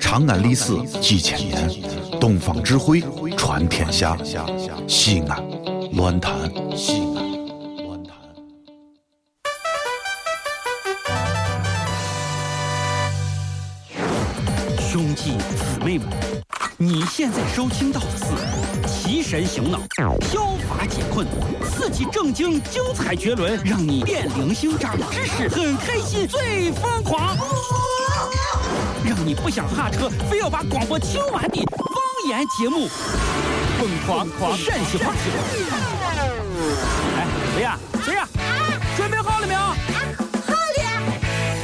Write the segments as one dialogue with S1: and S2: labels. S1: 长安历史几千年，东方智慧传天下。西安，乱谈西安，乱谈。
S2: 兄弟姊妹们，你现在收听到的是《提神醒脑、消乏解困、刺激正经、精彩绝伦》，让你变零星长知识，很开心，最疯狂，让你不想下车，非要把广播听完的方言节目，疯狂狂陕西话。哎，谁呀？谁呀？准备啊好了没有？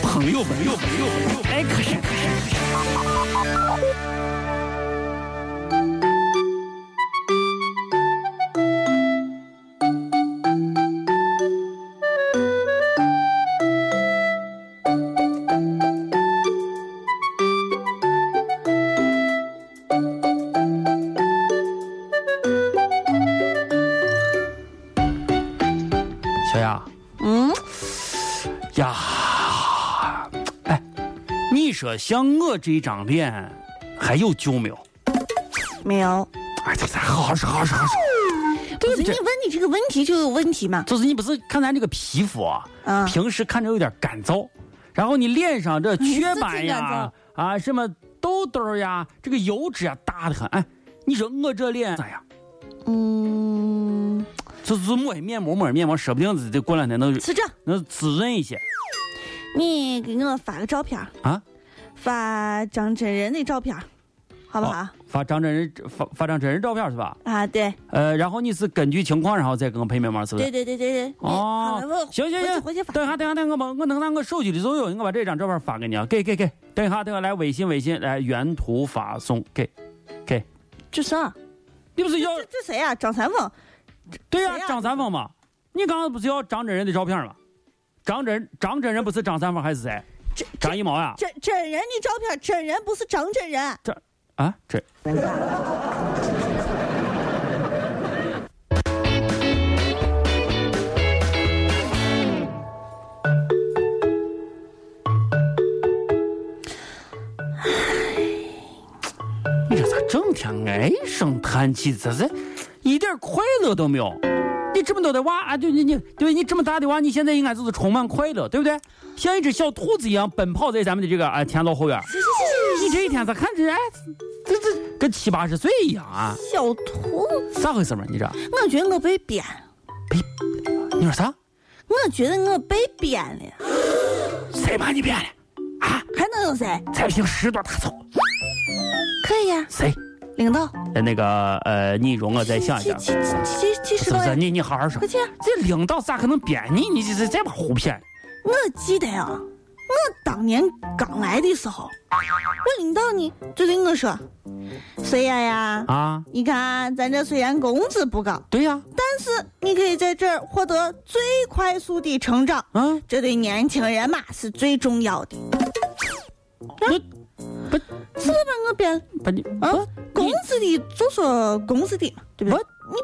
S2: 朋友们，友们，友们，友们哎，可是可是可是。小雅，
S3: 嗯，
S2: 呀，哎，你说像我这张脸还有救没有？
S3: 没有。
S2: 哎，咱咱好好说，好好说，好好说。
S3: 不是你问你这个问题就有问题嘛？
S2: 就是你不是看咱这个皮肤啊，
S3: 嗯
S2: 平时看着有点干燥，然后你脸上这雀斑呀
S3: 嗯、
S2: 啊什么痘痘呀，这个油脂呀大的很。哎，你说我这脸咋样？
S3: 嗯，
S2: 就是抹一面膜，抹一面膜，说不定这这过两天能
S3: 是这，
S2: 能滋润一些
S3: 你给我发个照片儿，
S2: 啊。
S3: 发张真人的照片儿，好不
S2: 哦
S3: 好？
S2: 发张真人发发张真人照片是吧？
S3: 啊，对，
S2: 呃，然后你是根据情况，然后再给我配面膜，是不
S3: 对
S2: 是？
S3: 对对对对。
S2: 哦
S3: 好了，我，
S2: 行行
S3: 回去
S2: 行
S3: 回去，发。
S2: 等一下等一下等一下，我把我能拿我手机里就有，我把这张照片发给你啊，给给给，等一下等一下，来微信微信来原图发送给，
S3: 这啥？
S2: 你不是要
S3: 这这谁呀？张三丰。
S2: 对呀、
S3: 谁呀
S2: 张三丰嘛？你刚刚不是要张真人的照片吗？张真张真人不是张三丰还是谁？
S3: 这
S2: 张艺谋呀？
S3: 真真人的照片儿，真人不是张真人。
S2: 啊，这你这咋整天唉声叹气？咋这一点快乐都没有？你这么多的娃啊，对你你对你这么大的娃，你现在应该就是充满快乐，对不对？像一只小兔子一样奔跑在咱们的这个啊田楼后院儿。你这一天咋看着哎，这这跟七八十岁一样啊？
S3: 小兔，
S2: 咋回事嘛？你这
S3: 我觉得我被编，
S2: 你说啥？
S3: 我觉得我被编了，
S2: 谁把你变了？
S3: 还能有谁？
S2: 才凭十多大仇？
S3: 可以呀，
S2: 谁？
S3: 领导。
S2: 呃那个呃，你容我再想一 想，
S3: 七
S2: 是
S3: 七七七十
S2: 不
S3: 多
S2: 是？
S3: 呀，
S2: 你你好好说
S3: 快。去！
S2: 这领导咋可能编你？你这这这把胡骗！
S3: 我记得呀，我当年刚来的时候，我领导呢就对我说：“虽然呀，
S2: 啊，
S3: 你看咱这虽然工资不高，
S2: 对呀、
S3: 但是你可以在这儿获得最快速的成长，
S2: 嗯，
S3: 这对年轻人嘛是最重要的。”
S2: 不
S3: 是不是把我编
S2: 不你
S3: 啊
S2: 不？
S3: 工资的就说工资的嘛，对不对？你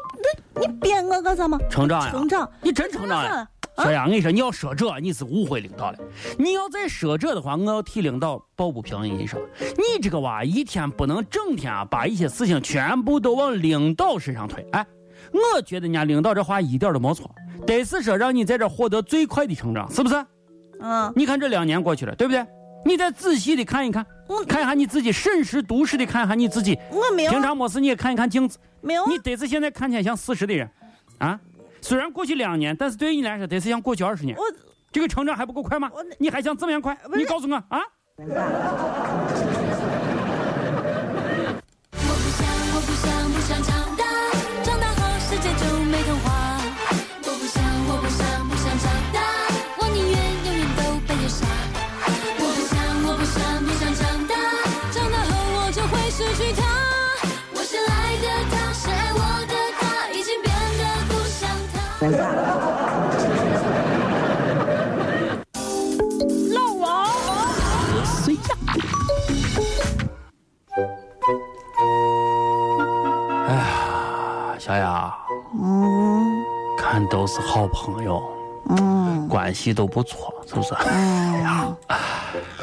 S3: 那你编我干啥嘛？
S2: 成长呀
S3: 成长，
S2: 你真成长了。
S3: 啊
S2: 小雅，我跟你说，你要说这，你是误会领导了。你要再说这的话，我要替领导抱不平。我跟你说，你这个娃一天不能整天啊，把一些事情全部都往领导身上推。哎，我觉得人家领导这话一点都没错，得是说让你在这获得最快的成长，是不是？
S3: 嗯，
S2: 你看这两年过去了，对不对？你再仔细的看一看，
S3: 我
S2: 看一下你自己，审时度势的看一下你自己。
S3: 我没有啊
S2: 平常没事你也看一看镜子，
S3: 没有啊
S2: 你得是现在看起来像四十的人，啊，虽然过去两年，但是对于你来说得是像过去二十年。
S3: 我。
S2: 这个成长还不够快吗
S3: 我那？呃
S2: 你还想怎么样快？
S3: 不是
S2: 你告诉我啊！
S4: 我不想，我不想，不想长大，长大后世界就没童话。我不想，我不想，不想长大，我宁愿永远都被人傻。我不想，我不想，不想长大，长大后我就会失去他。我是爱的他，是爱我的他，已经变得不像他。老王，谁呀？
S2: 小雅，看都是好朋友，关系都不错，是不是？哎呀，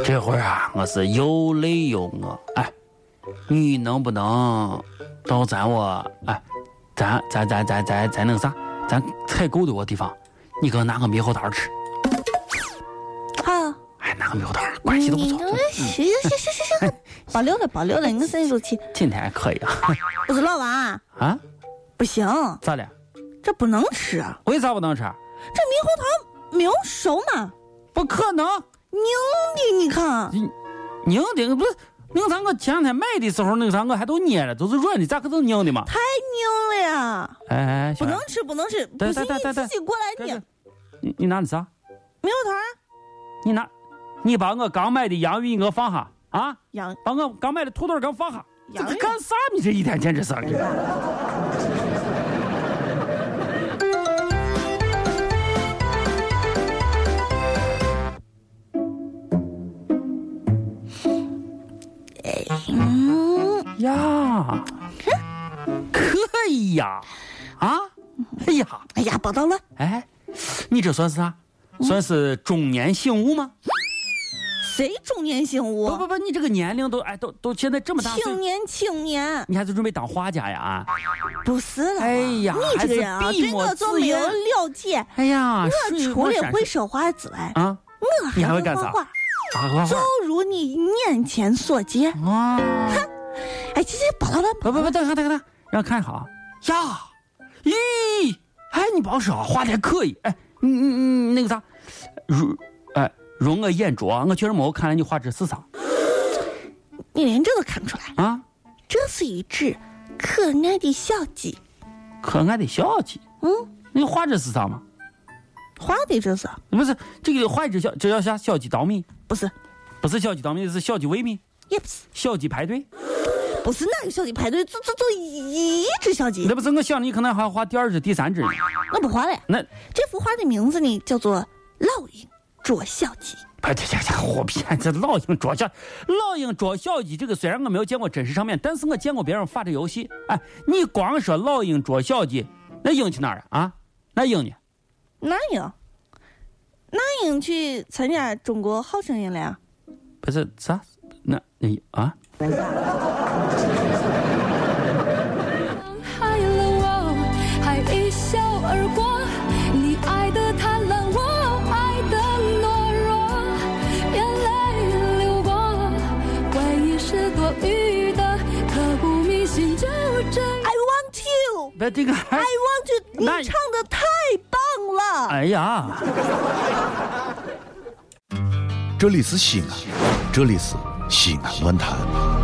S2: 这会儿啊，我是又累又饿。哎，你能不能到咱我哎，咱咱咱咱咱咱那个啥，咱采购的我地方，你给我拿个猕猴桃吃。
S3: 好，
S2: 哎，拿个猕猴桃，关系都不
S3: 你
S2: 错。
S3: 能行行行行行行，保留了保留了，我伸手去。
S2: 今天还可以啊。
S3: 不是老王，
S2: 啊？
S3: 不行，
S2: 咋了？
S3: 这不能吃，
S2: 为啥不能吃？
S3: 这猕猴桃没有熟嘛，
S2: 不可能！
S3: 硬的你看，
S2: 硬的不是那个啥，我前两天买的时候那个啥，我还都捏了，都是软的，咋可能硬的嘛？
S3: 太硬了呀，
S2: 哎哎，哎
S3: 不
S2: 小
S3: 能
S2: 孩
S3: 吃不能吃，不
S2: 对
S3: 信
S2: 对对
S3: 你
S2: 对
S3: 自己过来
S2: 哥
S3: 点
S2: 哥。你你拿的啥？
S3: 猕猴桃儿
S2: 你拿，你把我刚买的洋芋给我放下啊！
S3: 养
S2: 把我刚买的土豆给我放下。这
S3: 洋
S2: 个
S3: 芋
S2: 干啥？你这一天简直是的。嗯呀，可以呀，啊，哎呀，
S3: 哎呀，报道了，
S2: 哎，你这算是啥？算是中年醒悟吗？
S3: 谁中年醒悟？
S2: 不不不，你这个年龄都哎都都现在这么大岁
S3: 青
S2: 数，
S3: 年青年，
S2: 你还是准备当画家呀？啊！
S3: 不是了。
S2: 哎呀
S3: 你这个人
S2: 还
S3: 啊，
S2: 是
S3: 对
S2: 闭目
S3: 我就
S2: 自
S3: 没
S2: 言
S3: 有了解。
S2: 哎呀，
S3: 我
S2: 水
S3: 除
S2: 墨
S3: 了
S2: 山
S3: 会
S2: 水
S3: 说话之外，
S2: 啊
S3: 我
S2: 你还会
S3: 会
S2: 干啥
S3: 画画。
S2: 啊画画
S3: 就如你眼前所见。
S2: 啊！
S3: 哎，这这巴拉巴
S2: 不不不，等下等下等下，让我看一下啊！呀，咦，哎，你别说，画的还可以。哎，你你你那个啥，如哎容我眼拙，我觉得没有看来你画这是啥
S3: 你连这都看不出来，
S2: 啊？
S3: 这是一只可爱的小鸡。
S2: 可爱的小鸡，
S3: 嗯，
S2: 你画这是啥嘛？
S3: 画的这是
S2: 不是这个画一只小，这叫啥？小鸡当米？
S3: 不是？
S2: 不是小鸡当米，是小鸡喂米，
S3: 也不是，
S2: 小鸡排队。
S3: 不是哪个小鸡排队，就就就一只小鸡
S2: 那。不是我想你可能还要画第二只、第三只呢。
S3: 我不画了，
S2: 那
S3: 这幅画的名字呢叫做《老鹰捉小鸡》。
S2: 哎，这这这，我骗这老鹰捉小，老鹰捉小鸡这个虽然我没有见过真实场面，但是我见过别人发这游戏。哎，你光说老鹰捉小鸡，那鹰去哪儿啊？啊，那鹰呢？
S3: 那英，那英去参加中国好声音了呀？
S2: 不是啥？那那啊？
S4: 害了我，还哦一笑而过。你爱的贪婪，我爱的懦弱，眼泪流过，回忆是多余的，刻骨铭心就这样。
S3: I want you,
S2: 不，这个
S3: I
S2: 还
S3: want you，你
S2: 那
S3: 唱的太棒了。
S2: 哎呀。
S1: 这里是西安，这里是西安论坛。